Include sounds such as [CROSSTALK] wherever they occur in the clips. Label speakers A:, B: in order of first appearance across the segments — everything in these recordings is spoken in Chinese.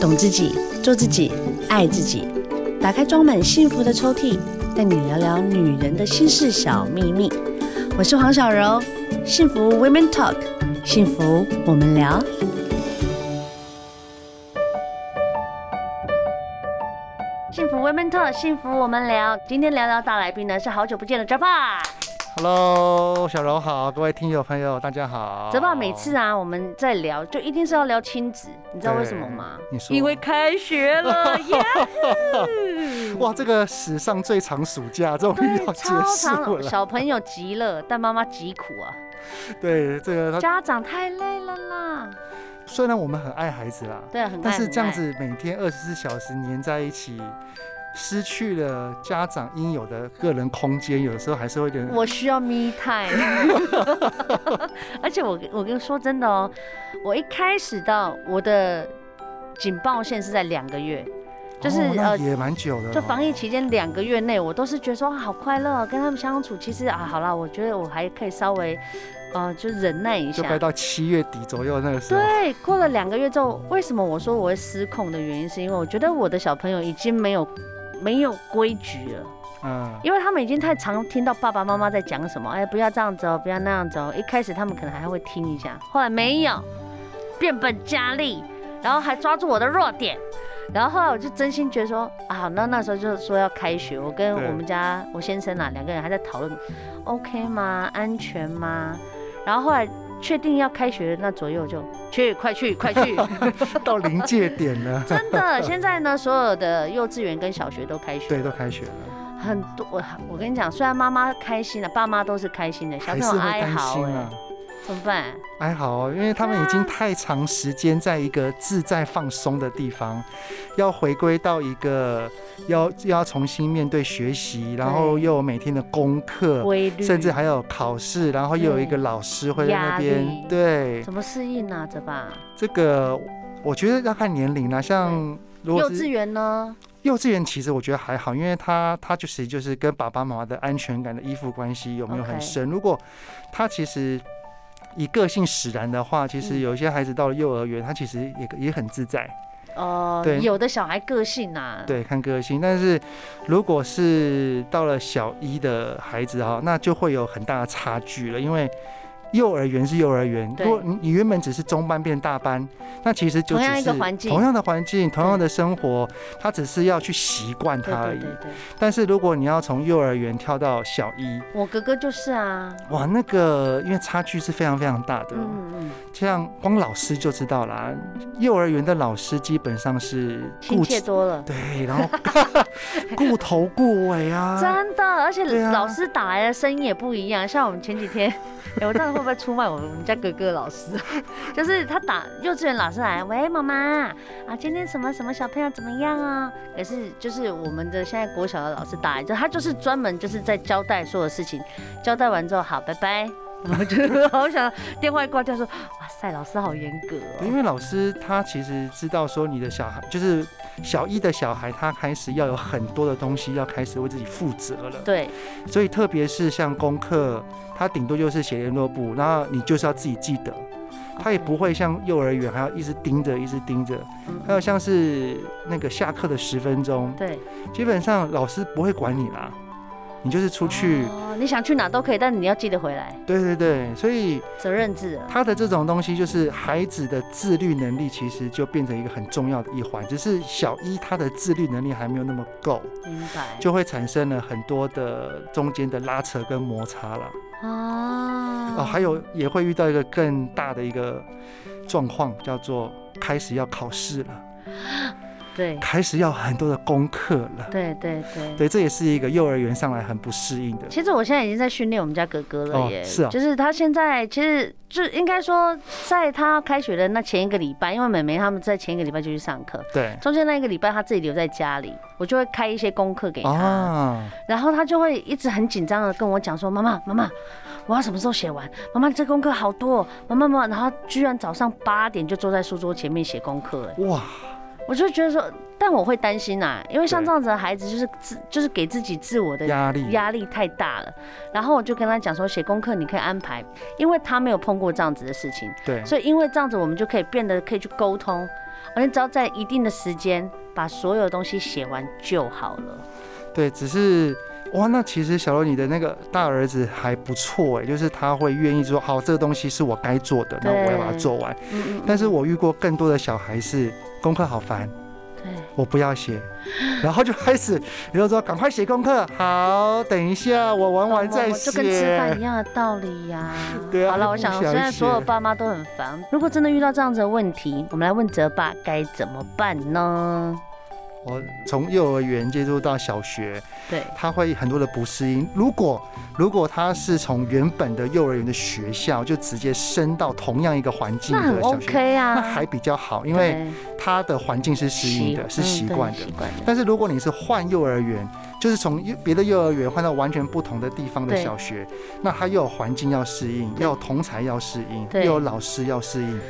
A: 懂自己，做自己，爱自己。打开装满幸福的抽屉，带你聊聊女人的心事小秘密。我是黄小柔，幸福 Women Talk，幸福我们聊。幸福 Women Talk，幸福我们聊。今天聊聊大来宾呢是好久不见的哲爸。
B: 哦 Hello，小柔好，各位听友朋友，大家好。
A: 哲爸每次啊我们在聊，就一定是要聊亲子，你知道为什么吗？
B: 你说，
A: 因为开学
B: [LAUGHS]
A: 了耶！
B: 哇，这个史上最长暑假终于
A: 对
B: 要，结
A: 超
B: 束
A: 长，
B: 了。
A: 小朋友急了，但妈妈急苦啊，
B: 对，这个他
A: 家长太累了啦。
B: 虽然我们很爱孩子啦，
A: 对，啊很爱
B: 但是这样，
A: 很爱
B: 子每天二十四小时黏在一起，失去了家长应有的个人空间，有的时候还是会有点。
A: 我需要 me time。而且我我跟你说真的哦，我一开始到我的警报线是在两个月，就是
B: 哦、那
A: 呃
B: 也蛮久的、
A: 就防疫期间两个月内，我都是觉得说啊好快乐哦，跟他们相处。其实啊，好啦，我觉得我还可以稍微，呃，就忍耐一
B: 就快
A: 下。
B: 到七月底左右那个时候。
A: 对，过了两个月之后，为什么我说我会失控的原因，是因为我觉得我的小朋友已经没有没有规矩了，
B: 嗯，
A: 因为他们已经太常听到爸爸妈妈在讲什么，哎，不要这样子哦，不要那样子哦。一开始他们可能还会听一下，后来没有，变本加厉，然后还抓住我的弱点。然后后来我就真心觉得说啊，那那时候就是说要开学，我跟
B: 对
A: 我们家我先生啊两个人还在讨论，OK 吗？安全吗？然后后来确定要开学那左右就去，快去，快
B: [LAUGHS]
A: 去。，
B: 到临界点了
A: 真的，现在呢，所有的幼稚园跟小学都开学，
B: 对，都开学了，
A: 很多。我我跟你讲，虽然妈妈开心了，爸妈都是开心的，小
B: 还
A: 朋
B: 是会
A: 友哀
B: 担
A: 嚎
B: 心
A: 哎、
B: 啊。
A: 怎么办？
B: 还好哦，因为他们已经
A: 对啊
B: 太长时间在一个自在放松的地方，要回归到一个要要重新面对学习，然后又有每天的功课，
A: 规律，
B: 甚至还有考试，然后又有一个
A: 对
B: 老师会在那
A: 压力
B: 边。对，
A: 怎么适应啊？这吧，
B: 这个我觉得要看年龄啦，像如
A: 幼
B: 果
A: 稚
B: 是
A: 园呢？
B: 幼稚园，其实我觉得还好，因为他他就其实就是跟爸爸妈妈的安全感的依附关系有没有
A: OK
B: 很深。如果他其实以个性使然的话，其
A: 嗯
B: 实有一些孩子到了幼儿园，他其实也也很自在，
A: 哦、
B: 对
A: 有的小孩个性啊，，
B: 对，看个性。但是如果是到了小一的孩子哈，那就会有很大的差距了，因为。幼儿园是幼儿园，
A: 对
B: 如果你你原本只是中班变大班，那其实就
A: 同
B: 只
A: 样一
B: 是
A: 个环境
B: 同样的环境、同样的生活，他只是要去习惯
A: 对
B: 它而
A: 对
B: 已。
A: 对对，
B: 但是如果你要从幼儿园跳到小一，
A: 我哥哥就是啊，
B: 哇，那个因为差距是非常非常大的。
A: 嗯嗯，
B: 像光老师就知道啦，幼儿园的老师基本上是
A: 亲
B: 顾
A: 切多了。
B: [LAUGHS] 对，然后 [LAUGHS] 顾头顾尾啊。
A: [LAUGHS] 真的，而且
B: 对啊
A: 老师打来的声音也不一样。像我们前几天， [LAUGHS] 哎、我这样会不会出卖我们我们家哥哥老师？ [LAUGHS] 就是他打幼稚园老师来，喂，妈妈啊，今天什么什么小朋友怎么样啊？可是就是我们的现在国小的老师打来，就他就是专门就是在交代所有事情，交代完之后，好，拜拜。 [LAUGHS] 我觉得好想电话一挂掉说，哇塞，老师好严格
B: 因
A: 哦。
B: 为老师他其实知道说你的小孩就是小一的小孩，他开始要有很多的东西要开始为自己负责了，
A: 对，
B: 所以特别是像功课，他顶多就是写联络簿，然后你就是要自己记得，他也不会像幼儿园还要一直盯着，一直盯着。
A: 嗯，
B: 还有像是那个下课的十分钟，
A: 对，
B: 基本上老师不会管你啦，你就是出去。
A: 哦，你想去哪都可以，但你要记得回来，
B: 对对对，所以
A: 责任制了。
B: 他的这种东西就是孩子的自律能力，其实就变成一个很重要的一环。只是小一他的自律能力还没有那么够，
A: 明白。
B: 就会产生了很多的中间的拉扯跟摩擦啦。
A: 啊，
B: 哦，还有也会遇到一个更大的一个状况，叫做开始要考试了。
A: 对
B: 开始要很多的功课了。
A: 对对对。
B: 对，这也是一个幼儿园上来很不适应的。
A: 其实我现在已经在训练我们家哥哥了
B: 哦
A: 耶，
B: 是啊
A: 就是他现在其实就应该说，在他开学的那前一个礼拜，因为美美他们在前一个礼拜就去上课，
B: 对
A: 中间那一个礼拜他自己留在家里，我就会开一些功课给他，
B: 啊，
A: 然后他就会一直很紧张的跟我讲说：“妈妈，妈妈，我要什么时候写完？妈妈，这功课好多、哦，妈妈妈。”然后居然早上八点就坐在书桌前面写功课，哎，
B: 哇，
A: 我就觉得说，但我会担心啊，因为像
B: 对
A: 这样子的孩子，就是自就是给自己自我的
B: 压力，
A: 压力太大了。然后我就跟他讲说，写功课你可以安排，因为他没有碰过这样子的事情，
B: 对，
A: 所以因为这样子，我们就可以变得可以去沟通，而你只要在一定的时间把所有东西写完就好了。
B: 对，只是哇，那其实小罗你的那个大儿子还不错哎，就是他会愿意说，好，这个东西是我该做的，那我要把它
A: 对
B: 做完。
A: 嗯嗯，
B: 但是我遇过更多的小孩是功课好烦，
A: 对，
B: 我不要写，然后就开
A: [LAUGHS]
B: 始，比如说赶快写功课，好，等一下我玩完再
A: 懂我就跟吃饭
B: 写
A: 一。样的道理呀、
B: [LAUGHS] 对啊
A: 好了，
B: 就
A: 我
B: 不
A: 想
B: 想
A: 现在所有
B: 写
A: 爸妈都很烦。如果真的遇到这样子的问题，我们来问泽爸该怎么办呢？
B: 我从幼儿园接触到小学，
A: 对，
B: 他会很多的不适应。如果如果他是从原本的幼儿园的学校就直接升到同样一个环境
A: 那很
B: 的小学，
A: OK 啊，
B: 那还比较好，因为
A: 对
B: 他的环境是适应的，是
A: 嗯
B: 习
A: 对
B: 惯的。
A: 习惯的。
B: 但是如果你是换幼儿园，就是从幼别的幼儿园换到完全不同的地方的
A: 对
B: 小学，那他又有环境要适应，又有同才要适应，
A: 对
B: 又有老师要适应。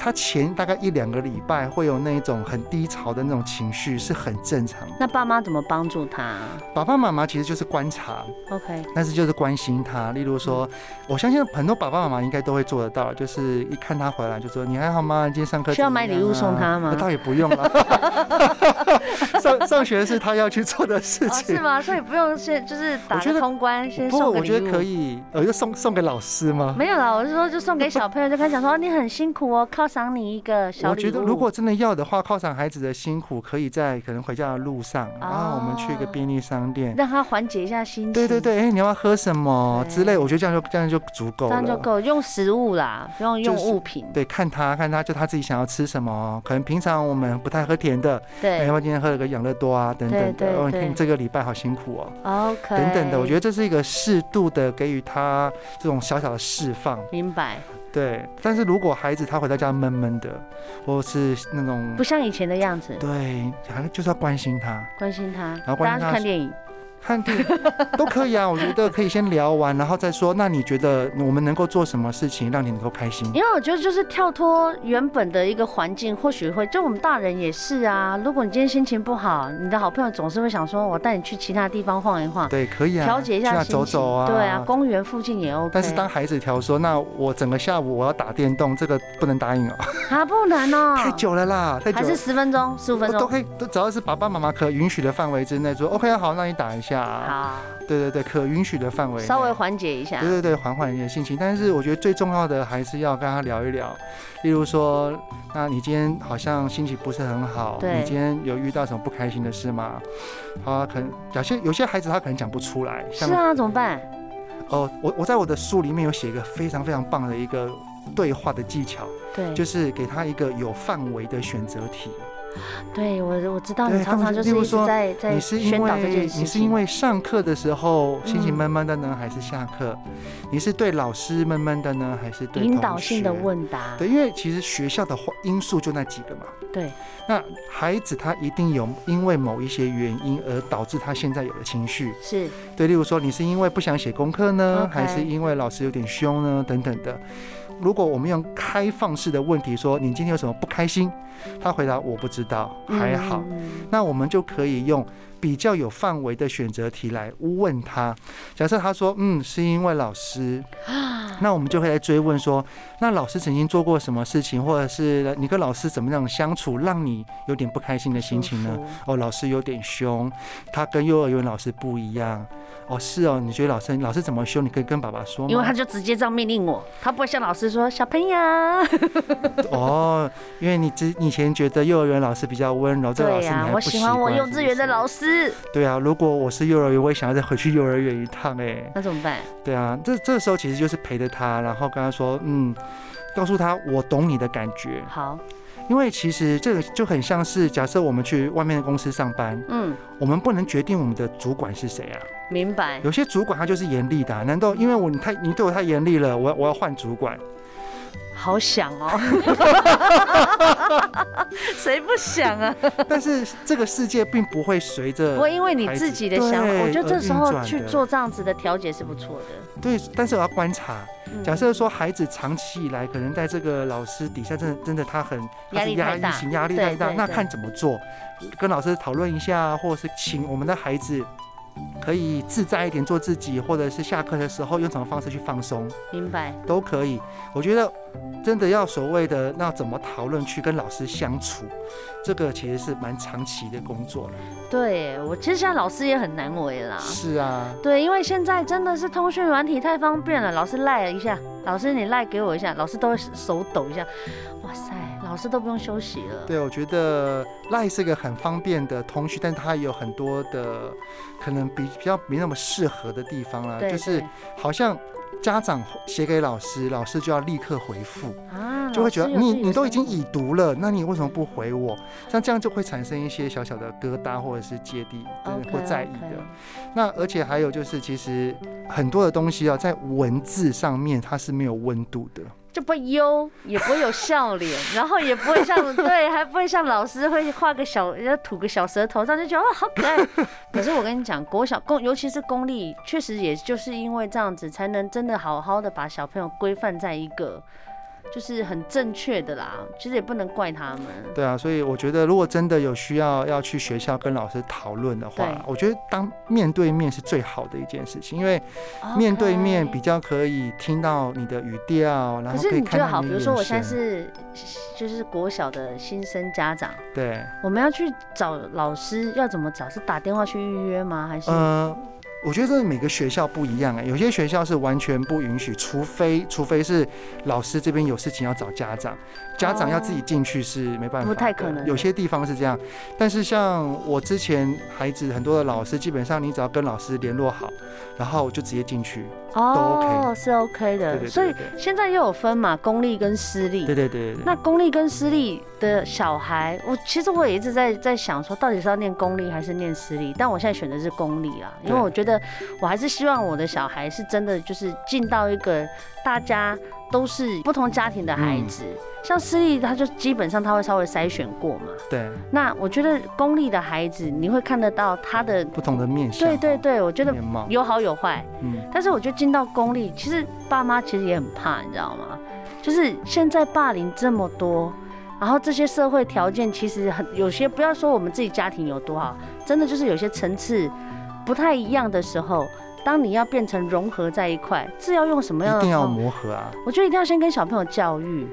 B: 他前大概一两个礼拜会有那一种很低潮的那种情绪，是很正常的。
A: 那爸妈怎么帮助他啊
B: 爸爸妈妈其实就是观察，
A: ？OK，
B: 但是就是关心他。例如
A: 嗯
B: 说，我相信很多爸爸妈妈应该都会做得到，就是一看他回来就说：“你还好吗？你今天上课、
A: 需要买礼物送他吗
B: 啊那倒也不用了。 [LAUGHS] 上上学 [LAUGHS] 是他要去做的事
A: 哦，
B: 情。
A: 是吗？所以不用先就是打
B: 我觉
A: 个
B: 得
A: 通关，先
B: 不过
A: 送个
B: 我
A: 礼
B: 觉
A: 物。
B: 得可以，呃，就送送给老师吗？
A: 没有啦，我是说就送给小朋友，就开始讲说哦你很辛苦哦，犒赏你一个小礼物。
B: 我觉得如果真的要的话，犒赏孩子的辛苦，可以在可能回家的路上，然后我们去一
A: 哦
B: 个便利商店。
A: 让他缓解一下心情，
B: 对对，对，哎、你要不要喝什么
A: 对
B: 之类？我觉得这样就这样就足够
A: 这
B: 了
A: 样。就够，用食物啦，不用用
B: 就是
A: 物品。
B: 对，看他看他就他自己想要吃什么，可能平常我们不太喝甜的，哎，要
A: 对
B: 不然今天喝了个养乐多啊，等等
A: 对
B: 的。
A: 对
B: 哦，你
A: 对
B: 看你这个礼拜好辛苦哦，
A: ，OK，
B: 等等的。我觉
A: 得
B: 得这是一个适度的给予他这种小小的释放。
A: 明白，
B: 对，但是如果孩子他回到家闷闷的，或是那种
A: 不像以前的样子，
B: 对，反正就是要关心他，
A: 关心他，大
B: 后关心
A: 家
B: 他
A: 去看电影，
B: 看电
A: [LAUGHS]
B: 影都可以啊。我觉得可以先聊完，然后再说。那你觉得我们能够做什么事情让你能够开心？
A: 因为我觉得就是跳脱原本的一个环境，或许会，就我们大人也是啊。如果你今天心情不好，你的好朋友总是会想说，我带你去其他地方晃一晃，
B: 对，可以啊，
A: 调节一
B: 去
A: 下
B: 哪
A: 心情。
B: 走走啊，
A: 对啊，。公园附近也 OK。
B: 但是当孩子调说，那我整个下午我要打电动，这个不能答应哦，
A: 啊不难哦，
B: 太久了啦，太久
A: 还
B: 了
A: 是。十分钟、十五分
B: 都都
A: 钟。
B: 可以，都只要是爸爸妈妈可允许的范围之内，说 OK 啊好，那你打一下、啊。
A: 好，
B: 对对对，可允许的范围内。
A: 稍微缓解一下
B: 对。对对，缓缓你的心情。但是我觉得最重要的还是要跟他聊一聊，例如说，那你今天好像心情不是很好，
A: 对
B: 你今天有遇到什么不开心的事吗？啊，可能有些有些孩子他可能讲不出来，像
A: 是啊，怎么办？
B: 哦，我我在我的书里面有写一个非常非常棒的一个对话的技巧，
A: 对，
B: 就是给他一个有范围的选择题。
A: 对我我知道
B: 对
A: 你常常就
B: 例
A: 是
B: 如
A: 一
B: 说
A: 直在在
B: 你是因
A: 宣导这
B: 为
A: 件事情。
B: 你是因为上课的时候心情
A: 嗯
B: 闷闷的呢，还是下课？你是对老师闷闷的呢，还是对
A: 引
B: 同
A: 导性的
B: 学
A: 问答，
B: 对，因为其实学校的话因素就那几个嘛。
A: 对，
B: 那孩子他一定有因为某一些原因而导致他现在有的情绪。
A: 是
B: 对，例如说你是因为不想写功课呢
A: OK
B: 还是因为老师有点凶呢？等等的。如果我们用开放式的问题说你今天有什么不开心，他回答我不知道，还好。
A: 嗯
B: 那我们就可以用比较有范围的选择题来问他。假设他说，嗯，是因为老师，
A: 啊
B: 那我们就会来追问说，那老师曾经做过什么事情，或者是呃你跟老师怎么样相处，让你有点不开心的心情呢？？哦，老师有点凶，他跟幼儿园老师不一样。哦，是哦，你觉得老师老师怎么凶？你可以跟爸爸说吗？
A: 因为他就直接这样命令我，他不会像老师说小朋友，
B: 哦，因为你之你以前觉得幼儿园老师比较温柔，这个老
A: 对
B: 师你
A: 呀、
B: 还
A: 我
B: 不习
A: 喜
B: 惯
A: 欢我幼稚园的
B: 是不是
A: 老师，
B: 对啊，如果我是幼儿园，我也想要再回去幼儿园一趟哎、
A: 那怎么办？
B: 对啊，这这时候其实就是陪着他，然后跟他说，嗯，告诉他我懂你的感觉，
A: 好，
B: 因为其实这个就很像是假设我们去外面的公司上班，
A: 嗯，
B: 我们不能决定我们的主管是谁啊。
A: 明白，
B: 有些主管他就是严厉的啊、难道因为我你太你对我太严厉了，我我要换主管？
A: 好想哦，
B: [LAUGHS]
A: 谁不想啊？
B: 但是这个世界并不会随着
A: 不过因为你自己的想法，
B: 对
A: 我觉得这时
B: 而运
A: 候
B: 转的
A: 去做这样子的调节是不错的。
B: 对，但是我要观察。
A: 嗯
B: 假设说孩子长期以来可能在这个老师底下，真的真的他很他
A: 压
B: 是
A: 力
B: 压
A: 太
B: 抑
A: 大
B: 型，压力
A: 对
B: 太大，
A: 对
B: 那
A: 对
B: 看怎么做，跟老师讨论一下，或者是请我们的孩子。可以自在一点做自己，或者是下课的时候用什么方式去放松
A: 明白，
B: 都可以。我觉得真的要所谓的那怎么讨论去跟老师相处，这个其实是蛮长期的工作了。
A: 对我其实现在老师也很难为啦。
B: 是啊，
A: 对，因为现在真的是通讯软体太方便了，老师赖了一下，老师你赖给我一下，老师都会手抖一下，哇塞，老师都不用休息了。
B: 对，我觉得 Line 是个很方便的通讯，但它也有很多的可能比比较没那么适合的地方啦。
A: 对，
B: 啊就是
A: 对
B: 好像家长写给老师，老师就要立刻回复，
A: 啊，
B: 就会觉得你你都已经
A: 以
B: 已读了，那你为什么不回我？像这样就会产生一些小小的疙瘩或者是芥蒂，嗯或在意的。那而且还有就是，其实很多的东西啊，在文字上面它是没有温度的。
A: 就不会忧，也不会有笑脸， [LAUGHS] 然后也不会像
B: [LAUGHS]
A: 对，还不会像老师会画个小，要吐个小舌头上，就觉得哦好可
B: [LAUGHS]
A: 爱。可是我跟你讲，国小公，尤其是公立，确实也就是因为这样子，才能真的好好的把小朋友规范在一个就是很正确的啦。其实也不能怪他们，
B: 对啊，所以我觉得如果真的有需要要去学校跟老师讨论的话
A: 对，
B: 我觉得当面对面是最好的一件事情，因为面对面
A: OK
B: 比较哦可以听到你的语调，然
A: 可
B: 后
A: 是
B: 以
A: 你就
B: 看到
A: 好，
B: 你
A: 比
B: 的
A: 如说
B: 眼
A: 我现在
B: 神。
A: 是就是国小的新生家长，
B: 对，
A: 我们要去找老师，要怎么找？是打电话去预约吗？还是、
B: 呃，我觉得这每个学校不一样哎、有些学校是完全不允许，除非除非是老师这边有事情要找家长，家长要自己进去是没办法的，
A: 哦不太可能
B: 有些地方是这样，但是像我之前孩子很多的老师，基本上你只要跟老师联络好，然后就直接进去。
A: 哦，是 OK 的，
B: 对对对
A: 所以
B: 对对
A: 现在又有分嘛，公立跟私立。
B: 对对对对对。
A: 那公立跟私立的小孩，我其实我也一直在在想说，到底是要念公立还是念私立？但我现在选的是公立啦，因为
B: 对
A: 我觉得我还是希望我的小孩是真的就是进到一个大家都是不同家庭的孩子。
B: 嗯
A: 像私立，他就基本上他会稍微筛选过嘛。
B: 对
A: 那我觉得公立的孩子，你会看得到他的，
B: 不同的面相
A: 对
B: 哦，
A: 对对，我觉得
B: 面貌，
A: 有好有坏。
B: 嗯，
A: 但是我觉得进到公立，其实爸妈其实也很怕，你知道吗？就是现在霸凌这么多，然后这些社会条件其实很有些，不要说我们自己家庭有多好，真的就是有些层次不太一样的时候，当你要变成融合在一块，是要用什么样
B: 一
A: 的
B: 定要
A: 方法？
B: 磨合啊。
A: 我觉得一定要先跟小朋友教育，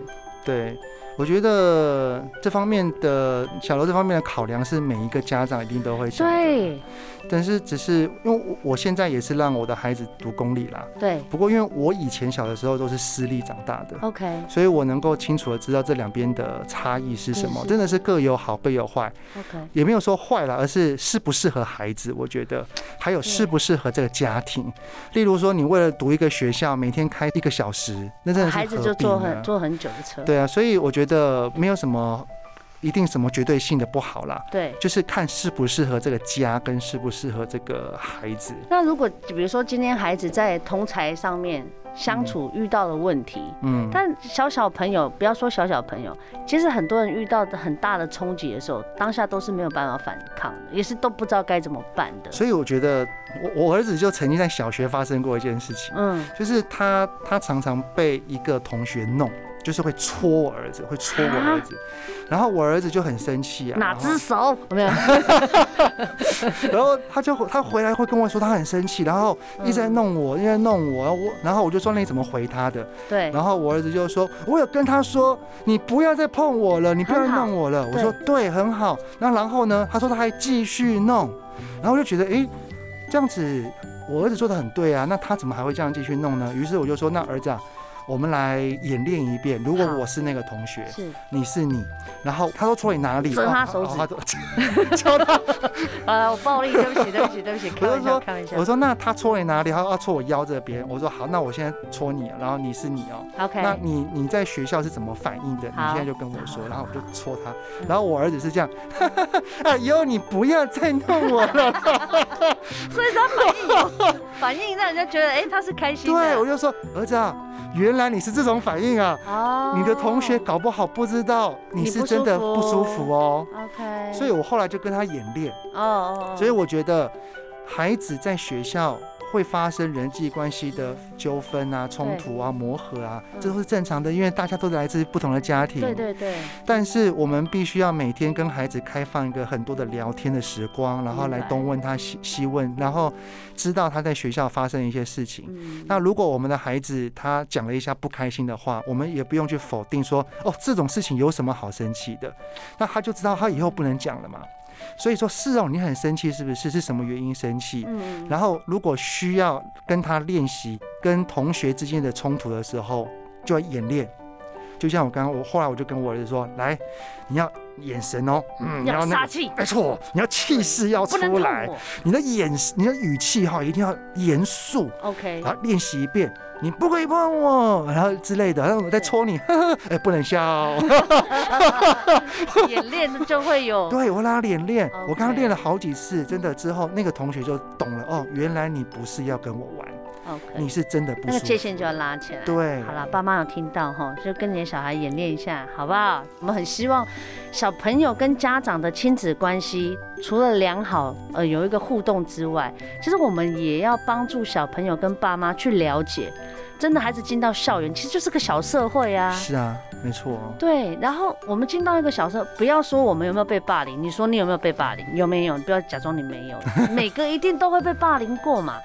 B: 对，我觉得这方面的小楼这方面的考量是每一个家长一定都会想的，
A: 对
B: 但是只是因为我我现在也是让我的孩子读公立啦，
A: 对
B: 不过因为我以前小的时候都是私立长大的。
A: ，OK
B: 所以我能够清楚的知道这两边的差异是什么，
A: 是
B: 真的是各有好各有坏，
A: OK，
B: 也没有说坏了，而是适不适合孩子，我觉得还有适不适合这个家庭。例如说，你为了读一个学校，每天开一个小时，那真的是
A: 啊孩子
B: 何
A: 就
B: 必
A: 坐
B: 呢
A: 很坐很久的车，
B: 对啊，所以我觉得没有什么一定什么绝对性的不好啦，
A: 对。
B: 就是看适不适合这个家，跟适不适合这个孩子。
A: 那如果比如说今天孩子在同才上面相处遇到了问题，
B: 嗯，
A: 但小小朋友，不要说小小朋友，其实很多人遇到的很大的冲击的时候，当下都是没有办法反抗的，也是都不知道该怎么办的。
B: 所以我觉得我我儿子就曾经在小学发生过一件事情，
A: 嗯，
B: 就是他他常常被一个同学弄。就是会戳我儿子，会戳我儿子，然后我儿子就很生气啊，
A: 啊哪
B: 然后
A: 只手有没有？
B: 然后他就他回来会跟我说他很生气，然后一直在弄
A: 嗯
B: 我，一直在弄我，我然后我就说那你怎么回他的？ [LAUGHS]
A: 对，
B: 然后我儿子就说：“我有跟他说，你不要再碰我了，你不要再
A: 很好
B: 弄我了。”我说：“对，很好。”那然后呢？他说他还继续弄，然后我就觉得，诶，这样子我儿子做的很对啊，那他怎么还会这样继续弄呢？于是我就说：“那儿子啊，我们来演练一遍，如果
A: 好
B: 我是那个同学，
A: 是，
B: 你是你。”然后他说戳你哪里？
A: 折
B: 哦
A: 他手指
B: 哦他就敲他。
A: 好了，我暴力，对不起，对不起，对不起，开
B: [LAUGHS] 我
A: 玩
B: 就
A: 笑，
B: 说
A: 开玩笑
B: [LAUGHS] 我。说：“那他戳你哪里？”他说：“他哦戳我腰这边。”我说：“好，那我现在戳你，然后你是你哦。”那
A: OK，
B: 你你在学校是怎么反应的？你
A: 好
B: 现在就跟我说，
A: 好
B: 然后我就戳他
A: 嗯，
B: 然后我儿子是这样， [LAUGHS] 啊，以后你不要再弄我 [LAUGHS] 了。
A: 所以他反应有反应让人家觉得，哎，他是开心
B: 对，我
A: 的。
B: 就说儿子啊，原来你是这种反应啊！
A: 哦，
B: 你的同学搞不好不知道你是真的不舒服哦。
A: OK，
B: 所以
A: 以
B: 我后来就跟他演练。
A: 哦哦，
B: 所以我觉得，孩子在学校会发生人际关系的纠纷啊、冲突啊、磨合啊，
A: 嗯
B: 这都是正常的，因为大家都来自不同的家庭。
A: 对对对，
B: 但是我们必须要每天跟孩子开放一个很多的聊天的时光，然后来
A: 明白
B: 东问他西西问，然后知道他在学校发生一些事情。
A: 嗯，
B: 那如果我们的孩子他讲了一下不开心的话，我们也不用去否定说哦这种事情有什么好生气的，那他就知道他以后不能讲了嘛。所以说是哦，你很生气是不是？是什么原因生气？
A: 嗯，
B: 然后如果需要跟他练习跟同学之间的冲突的时候，就要演练。就像我刚刚，我后来我就跟我儿子说，来，你要眼神哦，嗯，你
A: 要
B: 那
A: 杀
B: 个，
A: 气，
B: 没错，你要气势要
A: 不
B: 哦出
A: 能痛
B: 来，
A: 我
B: 你的眼神，你的语气哈、一定要严肃， [LAUGHS]
A: ，OK，
B: 然后练习一遍，你不可以碰我，然后之类的，然后我再戳你， [LAUGHS] 呵呵，哎，不能笑
A: [LAUGHS]
B: 哦。
A: 演练就会有，
B: [LAUGHS] 对我让他演练
A: OK，
B: 我刚刚练了好几次，真的之后那个同学就懂了哦，原来你不是要跟我玩，
A: ，OK，
B: 你是真的不
A: 那个
B: 舒
A: 界
B: 服。
A: 限就要拉起来。
B: 对，
A: 好了，爸妈有听到哈，就跟你的小孩演练一下，好不好？我们很希望小朋友跟家长的亲子关系，除了良好呃有一个互动之外，其实我们也要帮助小朋友跟爸妈去了解，真的孩子进到校园其实就是个小社会啊。
B: 是啊，没错哦，
A: 对，然后我们进到一个小社，不要说我们有没有被霸凌，你说你有没有被霸凌？有没有？你不要假装你没有，每个一定都会被霸凌过嘛，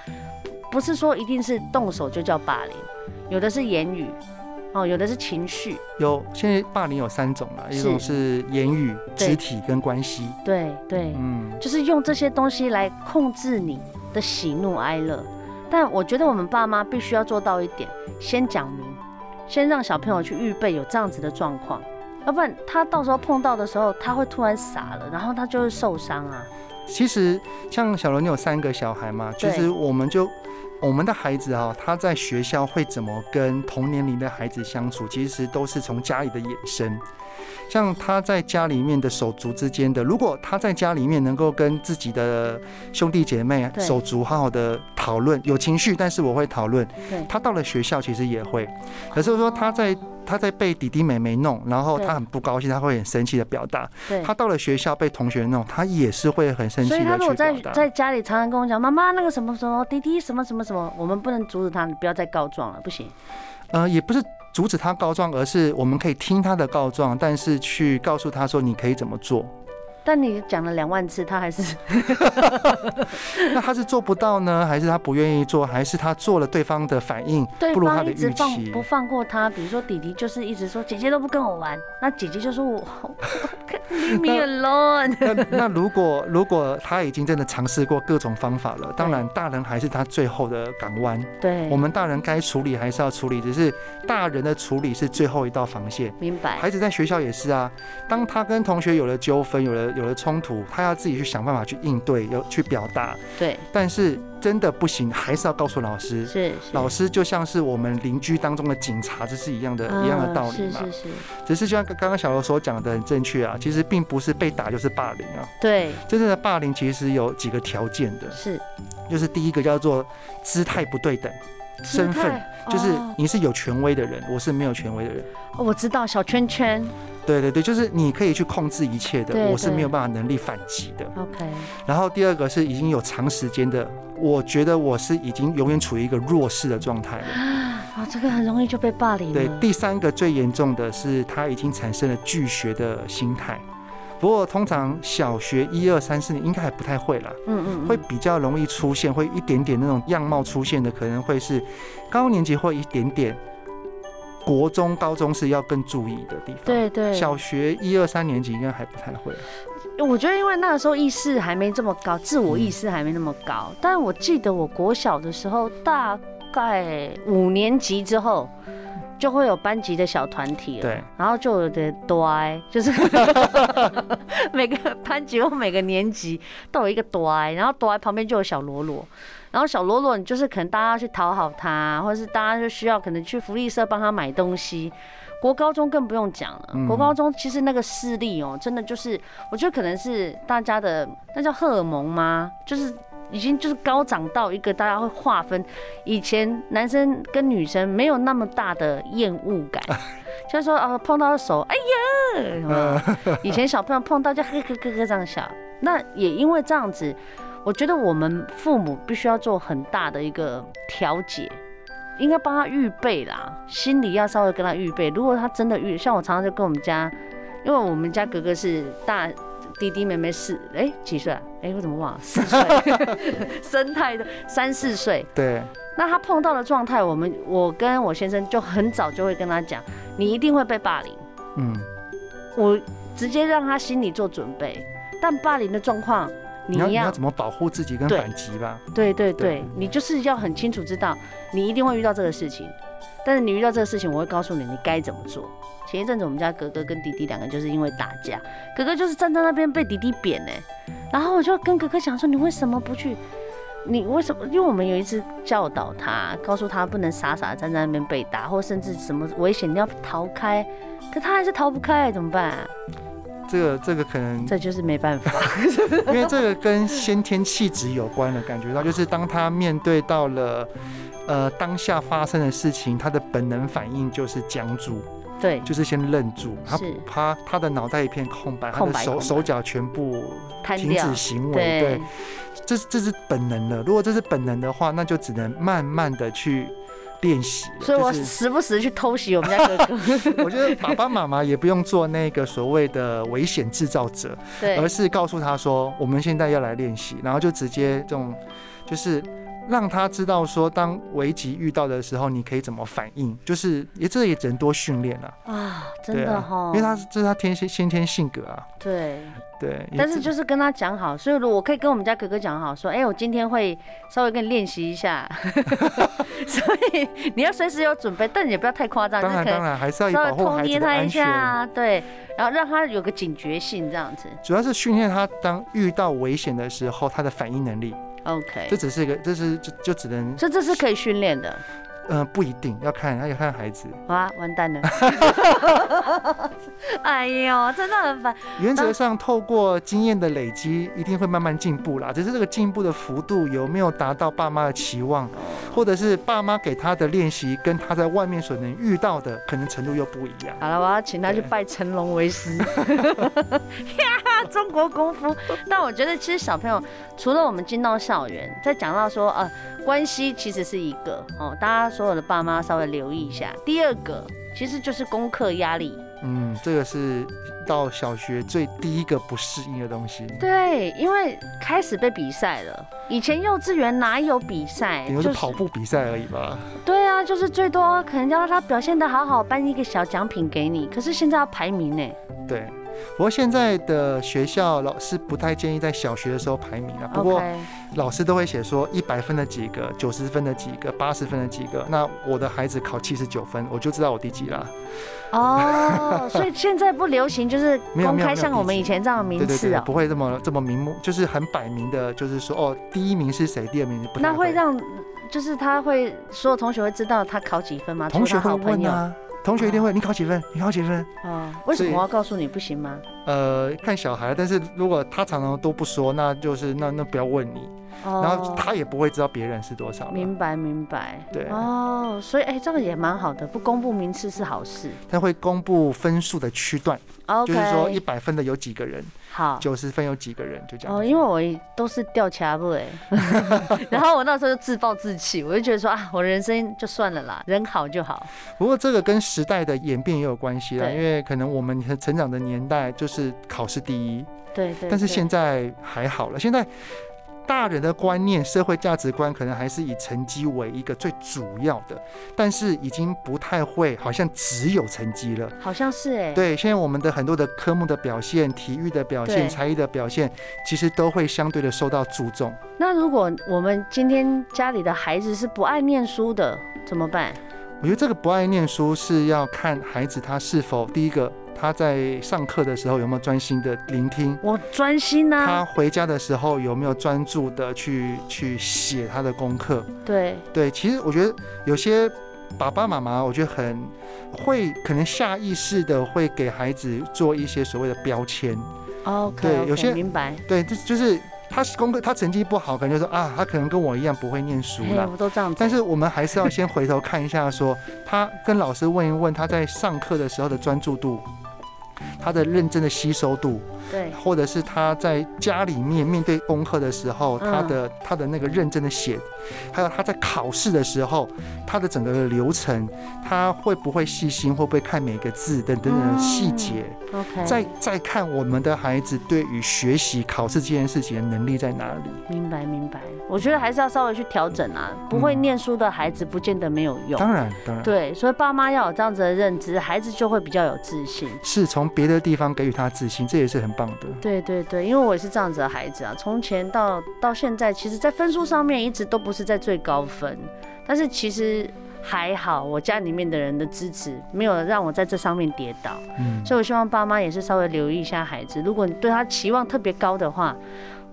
A: 不是说一定是动手就叫霸凌，有的是言语，哦，有的是情绪，
B: 有现在霸凌有三种啦，一种是言语、
A: 嗯对
B: 肢体跟关系，
A: 对对，
B: 嗯，
A: 就是用这些东西来控制你的喜怒哀乐。但我觉得我们爸妈必须要做到一点，先讲明，先让小朋友去预备有这样子的状况，要不然他到时候碰到的时候，他会突然傻了，然后他就会受伤啊。
B: 其实像小伦你有三个小孩嘛，其
A: 对
B: 实我们就。我们的孩子啊，他在学校会怎么跟同年龄的孩子相处，其实都是从家里的衍生。像他在家里面的手足之间的，如果他在家里面能够跟自己的兄弟姐妹、
A: 对
B: 手足好好的讨论，有情绪，但是我会讨论
A: 对。
B: 他到了学校其实也会，可是说他在他在被弟弟妹妹弄，然后
A: 对
B: 他很不高兴，他会很生气的表达。
A: 对，
B: 他到了学校被同学弄，他也是会很生气
A: 所以他
B: 的
A: 如
B: 去
A: 果在
B: 表达。
A: 在家里常常跟我讲妈妈那个什么什么滴滴什么什么什么，我们不能阻止他，你不要再告状了，不行。
B: 呃，也不是阻止他告状，而是我们可以听他的告状，但是去告诉他说你可以怎么
A: [LAUGHS]
B: 做。
A: 但你讲了两万次，他还是
B: 那他是做不到呢，还是他不愿意做，还是他做了对方的反应
A: 对
B: 不如他
A: 方
B: 的
A: 一直
B: 预
A: 放
B: 期
A: 不？放过他。比如说弟弟就是一直说姐姐都不跟我玩，那姐姐就说我
B: [LAUGHS]
A: leave me alone。
B: 那那如果如果他已经真的尝试过各种方法了，当然大人还是他最后的港湾。
A: [LAUGHS] 对，
B: 我们大人该处理还是要处理，只是大人的处理是最后一道防线。
A: 明白。
B: 孩子在学校也是啊，当他跟同学有了纠纷，有了有了冲突，他要自己去想办法去应对，要去表达。
A: 对，
B: 但是真的不行，还是要告诉老师。
A: 是是。
B: 老师就像是我们邻居当中的警察，这是一样的，一样的
A: 嗯
B: 道理
A: 是
B: 嘛。
A: 是是，
B: 只是就像刚刚小柔所讲的很正确啊，其实并不是被打就是霸凌啊。
A: 对，
B: 真正的霸凌其实有几个条件的，
A: 是
B: 就是第一个叫做姿态不对等，身
A: 姿
B: 份
A: 态
B: 就是
A: 哦
B: 你是有权威的人，我是没有权威的人。
A: 哦我知道小圈圈
B: 对对对，就是你可以去控制一切的，
A: 对
B: 我是
A: 对
B: 没有办法能力反击的。
A: ，OK，
B: 然后第二个是已经有长时间的，我觉得我是已经永远处于一个弱势的状态了。
A: 啊，这个很容易就被霸凌
B: 对，
A: 了。
B: 第三个最严重的是他已经产生了拒学的心态。不过通常小学一二三四年应该还不太会啦，
A: 嗯嗯，嗯
B: 会比较容易出现，会一点点那种样貌出现的，可能会是高年级会一点点，国中、高中是要更注意的地方。，
A: 对对，
B: 小学一二三年级应该还不太会。
A: 我觉得因为那个时候意识还没这么高，自我意识还没那么高。但我记得我国小的时候，大概五年级之后，就会有班级的小团体了。
B: 对，
A: 然后就有点呆，就是 [LAUGHS] 每个班级或每个年级都有一个呆，然后呆旁边就有小罗罗，然后小罗罗你就是可能大家要去讨好他，或者是大家就需要可能去福利社帮他买东西。国高中更不用讲了，
B: 嗯
A: 国高中其实那个势力哦、真的就是，我觉得可能是大家的那叫荷尔蒙吗？就是已经就是高涨到一个大家会划分，以前男生跟女生没有那么大的厌恶感，就是说啊碰到手，哎呀，什么 [LAUGHS] 以前小朋友碰到就呵呵呵呵这样笑，那也因为这样子，我觉得我们父母必须要做很大的一个调解。应该帮他预备啦，心里要稍微跟他预备。如果他真的遇，像我常常就跟我们家，因为我们家哥哥是大弟弟妹妹四，哎、几岁、啊？哎、我怎么忘了？四岁，生态的三四岁。
B: 对，
A: 那他碰到的状态，我们我跟我先生就很早就会跟他讲，你一定会被霸凌。
B: 嗯，
A: 我直接让他心里做准备，但霸凌的状况，你
B: 你要
A: 一
B: 你要
A: 样
B: 怎么保护自己跟
A: 对
B: 反击吧？
A: 对对对
B: 对，
A: 你就是要很清楚知道，你一定会遇到这个事情，但是你遇到这个事情，我会告诉你你该怎么做。前一阵子我们家哥哥跟弟弟两个人就是因为打架，哥哥就是站在那边被弟弟扁呢、然后我就跟哥哥讲说，你为什么不去？你为什么？因为我们有一次教导他，告诉他不能傻傻地站在那边被打，或甚至什么危险你要逃开，可他还是逃不开，怎么办、啊？
B: 这个这个可能
A: 这就是没办法。
B: 因为这个跟先天气质有关的，感觉到就是当他面对到了。呃，当下发生的事情，他的本能反应就是僵住， [LAUGHS]
A: 对，
B: 就是先愣住，他
A: 是
B: 他他的脑袋一片空白，
A: 空白
B: 他的手
A: 空白
B: 手脚全部
A: 瘫
B: 停
A: 掉
B: 止。行为，对，这是这是本能了。如果这是本能的话，那就只能慢慢的去练习了。
A: 所以我
B: 就是
A: 时不时去偷袭我们家哥哥。 [LAUGHS]
B: 我觉得爸爸妈妈也不用做那个所谓的危险制造者，
A: 对
B: 而，是告诉他说，我们现在要来练习，然后就直接这种，就是让他知道说，当危机遇到的时候，你可以怎么反应，就是也这也只能多训练了、
A: 啊，真
B: 对
A: 的
B: 啊
A: 哈、
B: 因为他是这是他天先先天性格啊，
A: 对，
B: 对，也
A: 但是
B: 自
A: 就是跟他讲好，所以如果我可以跟我们家哥哥讲好，说，哎、我今天会稍微跟你练习一
B: [LAUGHS]
A: 下，所以你要随时有准备，但也不要太夸张，就
B: 当
A: 是
B: 然
A: 可
B: 当
A: 能
B: 然还是要以
A: 稍微
B: 保护
A: 偷
B: 孩
A: 捏
B: 子的
A: 他一
B: 安全。
A: 下，对，然后让他有个警觉性这样子。
B: 主要是训练他当遇到危险的时候他的反应能力，
A: OK，
B: 这只是一个，这是就就只能，
A: 这这是可以训练的。
B: 嗯、不一定要看，要看孩子。
A: 哇，完蛋
B: [LAUGHS]
A: 了！ [LAUGHS] 哎呦，真的很烦。
B: 原则上，透过经验的累积，一定会慢慢进步啦。只是这个进步的幅度有没有达到爸妈的期望，或者是爸妈给他的练习跟他在外面所能遇到的，可能程度又不一样。
A: 好了，我要请他去
B: 对
A: 拜成龙为师， [LAUGHS] 呀，中国功夫。但我觉得，其实小朋友除了我们进到校园，再讲到说，呃，关系其实是一个哦，大家所有的爸妈稍微留意一下。第二个其实就是功课压力，
B: 嗯，这个是到小学最第一个不适应的东西。
A: 对，因为开始被比赛了。以前幼稚园哪有比赛？
B: 顶多是跑步比赛而已吧。
A: 对啊，就是最多可能要他表现得好好，颁一个小奖品给你。可是现在要排名呢，
B: 对。不过现在的学校老师不太建议在小学的时候排名啊了。不过
A: OK，
B: 老师都会写说一百分的几个，九十分的几个，八十分的几个。那我的孩子考七十九分，我就知道我第几啦。
A: 哦，
B: [LAUGHS]
A: 所以现在不流行就是
B: 没有
A: 公
B: 没有没
A: 开
B: 有
A: 像我们以前这样的名
B: 对对
A: 次
B: 对，
A: 哦，
B: 不会这么这么明目，就是很摆明的，就是说哦，第一名是谁，第二名是不太
A: 那会让就是他会所有同学会知道他考几分吗？
B: 同
A: 除
B: 学
A: 了他
B: 会
A: 好朋
B: 问
A: 友
B: 啊，同学一定会，你考几分？你考几分？
A: 哦，为什
B: 所
A: 么
B: 以
A: 我要告诉你不行吗？
B: 呃，看小孩，但是如果他常常都不说，那就是那那不要问你，然后
A: 哦，
B: 他也不会知道别人是多少了。
A: 明白明白，
B: 对
A: 哦，所以哎，这个也蛮好的，不公布名次是好事。
B: 他会公布分数的区段，就
A: OK，
B: 是说一百分的有几个人，
A: 好。
B: 九十分有几个人，就这样。
A: 哦，因为我也都是掉卡布
B: [LAUGHS]
A: 哎， [LAUGHS] 然后我那时候就自暴自弃，我就觉得说啊，我人生就算了啦，人好就好。
B: 不过这个跟时代的演变也有关系啦，
A: 对
B: 因为可能我们成长的年代就是考试第一，
A: 对对
B: 但是
A: 对
B: 现在还好了，现在。大人的观念、社会价值观可能还是以成绩为一个最主要的，但是已经不太会，好像只有成绩了。
A: 好像是哎，
B: 对，现在我们的很多的科目的表现、体育的表
A: 对
B: 现、才艺的表现，其实都会相对的受到注重。
A: 那如果我们今天家里的孩子是不爱念书的，怎么办？
B: 我觉得这个不爱念书是要看孩子他是否第一个他在上课的时候有没有专心的聆听，
A: 我专心啊呐、
B: 他回家的时候有没有专注的去去写他的功课？
A: 对，
B: 对，其实我觉得有些爸爸妈妈，我觉得很会，可能下意识的会给孩子做一些所谓的标签。
A: OK，
B: 对有些
A: 明白，
B: 对，这就是他功课他成绩不好，可能就说啊，他可能跟我一样不会念书
A: 嘿
B: 啦
A: 我。们都这样子。
B: 但是我们还是要先回头看一下说，他跟老师问一问他在上课的时候的专注度，他的认真的吸收度，
A: 对，
B: 或者是他在家里面面对功课的时候，
A: 嗯
B: 他的他的那个认真的写，还有他在考试的时候，他的整个的流程，他会不会细心，会不会看每个字等等等的细节，
A: OK，
B: 再再看我们的孩子对于学习考试这件事情的能力在哪里。
A: 明白明白。我觉得还是要稍微去调整啊，不会
B: 嗯
A: 念书的孩子不见得没有用。
B: 当然，当然。
A: 对，所以爸妈要有这样子的认知，孩子就会比较有自信。
B: 是从别的地方给予他自信，这也是很棒的。
A: 对对对，因为我也是这样子的孩子啊，从前到到现在，其实在分数上面一直都不是在最高分，但是其实还好，我家里面的人的支持没有让我在这上面跌倒，
B: 嗯，
A: 所以我希望爸妈也是稍微留意一下孩子，如果你对他期望特别高的话。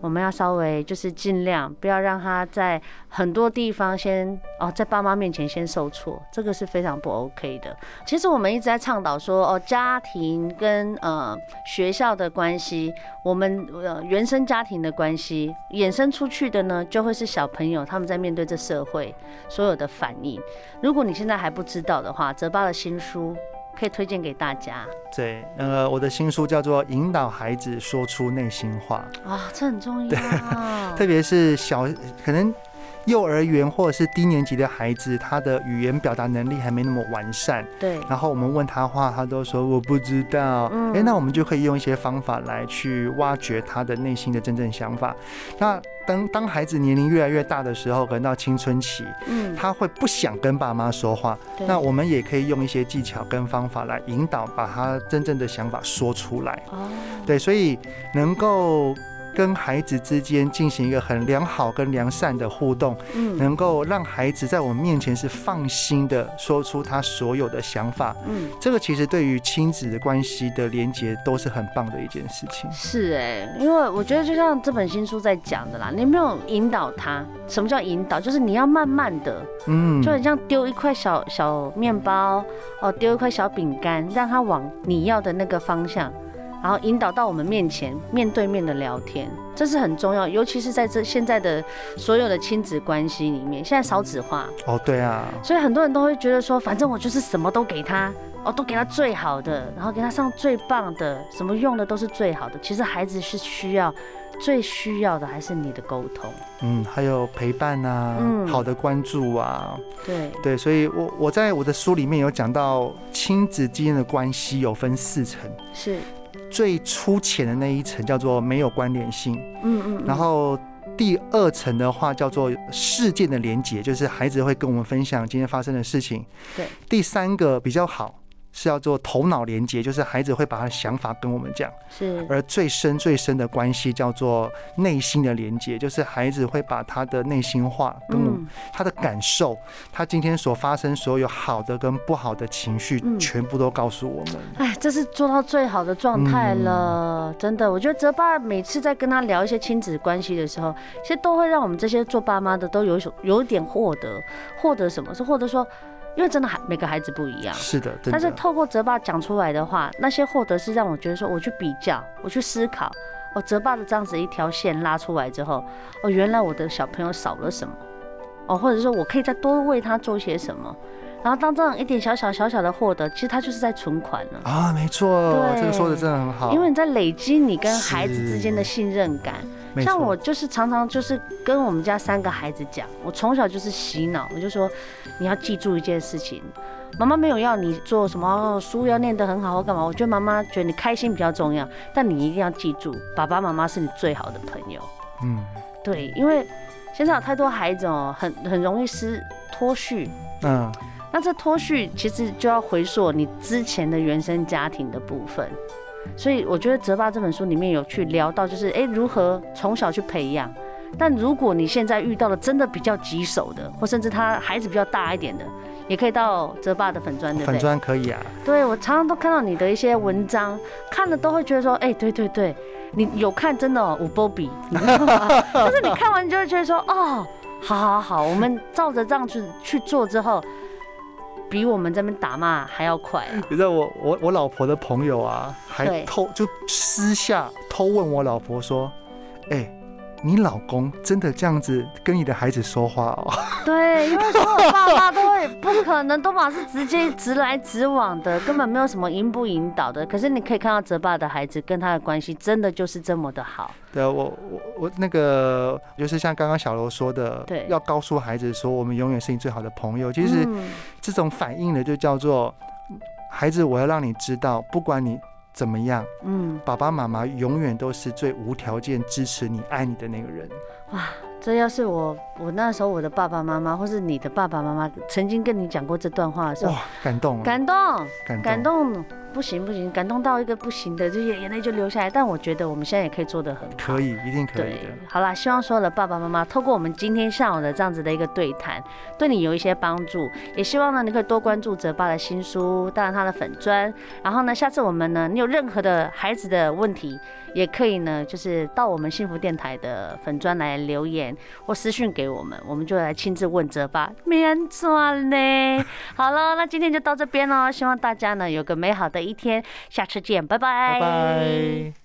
A: 我们要稍微就是尽量不要让他在很多地方先哦，在爸妈面前先受挫，这个是非常不 OK 的。其实我们一直在倡导说哦，家庭跟呃学校的关系，我们呃原生家庭的关系衍生出去的呢，就会是小朋友他们在面对这社会所有的反应。如果你现在还不知道的话，泽爸的新书可以推荐给大家
B: 对，那个我的新书叫做《引导孩子说出内心话
A: 啊、这很重 [LAUGHS] 要。》，
B: 特别是小可能幼儿园或者是低年级的孩子，他的语言表达能力还没那么完善，
A: 对，
B: 然后我们问他话，他都说我不知道。
A: 嗯
B: 诶，那我们就可以用一些方法来去挖掘他的内心的真正想法。那当当孩子年龄越来越大的时候，可能到青春期，
A: 嗯，
B: 他会不想跟爸妈说话，
A: 对
B: 那我们也可以用一些技巧跟方法来引导，把他真正的想法说出来。
A: 哦，
B: 对，所以能够跟孩子之间进行一个很良好跟良善的互动，
A: 嗯
B: 能够让孩子在我们面前是放心的说出他所有的想法。
A: 嗯。
B: 这个其实对于亲子的关系的连结都是很棒的一件事情。
A: 是哎、因为我觉得就像这本新书在讲的啦，你没有引导他。什么叫引导？就是你要慢慢的，
B: 嗯，
A: 就很像丢一块小小面包，哦，丢一块小饼干，让他往你要的那个方向，然后引导到我们面前，面对面的聊天，这是很重要，尤其是在这现在的所有的亲子关系里面，现在少子化，
B: 哦，对啊，
A: 所以很多人都会觉得说，反正我就是什么都给他，哦，都给他最好的，然后给他上最棒的，什么用的都是最好的。其实孩子是需要，最需要的还是你的沟通。
B: 嗯，还有陪伴啊，
A: 嗯
B: 好的关注啊，
A: 对，
B: 对，所以我我在我的书里面有讲到亲子之间的关系有分四层，
A: 是，
B: 最粗浅的那一层叫做没有关联性，
A: 嗯嗯，嗯
B: 然后第二层的话叫做事件的连结，就是孩子会跟我们分享今天发生的事情。
A: 对，
B: 第三个比较好。是要做头脑连接，就是孩子会把他的想法跟我们讲，
A: 是，
B: 而最深最深的关系叫做内心的连接，就是孩子会把他的内心话跟我们
A: 嗯，
B: 他的感受，他今天所发生所有好的跟不好的情绪
A: 嗯，
B: 全部都告诉我们。
A: 哎，这是做到最好的状态了，
B: 嗯
A: 真的。我觉得泽爸每次在跟他聊一些亲子关系的时候，其实都会让我们这些做爸妈的都有一种有一点获得，获得什么是获得说，因为真的孩每个孩子不一样。
B: 是的，真
A: 但是
B: 的，
A: 透过泽爸讲出来的话，那些获得是让我觉得说，我去比较，我去思考，哦，泽爸的这样子一条线拉出来之后，哦，原来我的小朋友少了什么，哦，或者说我可以再多为他做些什么。然后当这样一点小小小小的获得，其实他就是在存款了。
B: 啊，没错，
A: 对
B: 这个说的真的很好。
A: 因为你在累积你跟孩子之间的信任感，
B: 没
A: 像
B: 错
A: 我就是常常就是跟我们家三个孩子讲，我从小就是洗脑，我就说你要记住一件事情，妈妈没有要你做什么哦书要念得很好或干嘛，我觉得妈妈觉得你开心比较重要，但你一定要记住，爸爸妈妈是你最好的朋友。
B: 嗯，
A: 对，因为现在有太多孩子哦，很很容易失脱序，
B: 嗯，
A: 那这脱序其实就要回溯你之前的原生家庭的部分，所以我觉得《泽爸》这本书里面有去聊到，就是诶如何从小去培养。但如果你现在遇到了真的比较棘手的，或甚至他孩子比较大一点的，也可以到泽爸的粉砖，对不
B: 粉
A: 对？
B: 砖可以啊，
A: 对我常常都看到你的一些文章，看了都会觉得说，哎、对对对，你有看真的哦，五波比，你知道吗？ [LAUGHS] 就是你看完就会觉得说，哦，好好好，我们照着这样去去做之后，比我们这边打骂还要快啊！
B: 你知道我我我老婆的朋友啊，还
A: 对
B: 偷就私下偷问我老婆说，哎、你老公真的这样子跟你的孩子说话哦？
A: 对，因为所有爸爸都会不可能都嘛是直接直来直往的，根本没有什么引不引导的。可是你可以看到泽爸的孩子跟他的关系真的就是这么的好，
B: [LAUGHS] 对啊，我我我那个就是像刚刚小楼说的，
A: 对
B: 要告诉孩子说我们永远是你最好的朋友。其实
A: 嗯
B: 这种反应呢，就叫做孩子，我要让你知道，不管你怎么样，
A: 嗯，
B: 爸爸妈妈永远都是最无条件支持你、爱你的那个人。
A: 这要是我我那时候我的爸爸妈妈或是你的爸爸妈妈曾经跟你讲过这段话的时候，
B: 哇，感动啊，
A: 感动。
B: 感
A: 感动，不行不行，感动到一个不行的，就是眼泪就流下来。但我觉得我们现在也可以做得很好。
B: 可以，一定可以
A: 对
B: 的。，
A: 好啦，希望所有的爸爸妈妈透过我们今天上午的这样子的一个对谈，对你有一些帮助。也希望呢，你可以多关注泽爸的新书，当然他的粉砖。然后呢，下次我们呢，你有任何的孩子的问题，也可以呢，就是到我们幸福电台的粉砖来留言或私讯给我们，我们就来亲自问泽爸。免赚呢。好了，那今天就到这边喽，希望大家呢有个美好的一天，下次见，拜
B: 拜拜。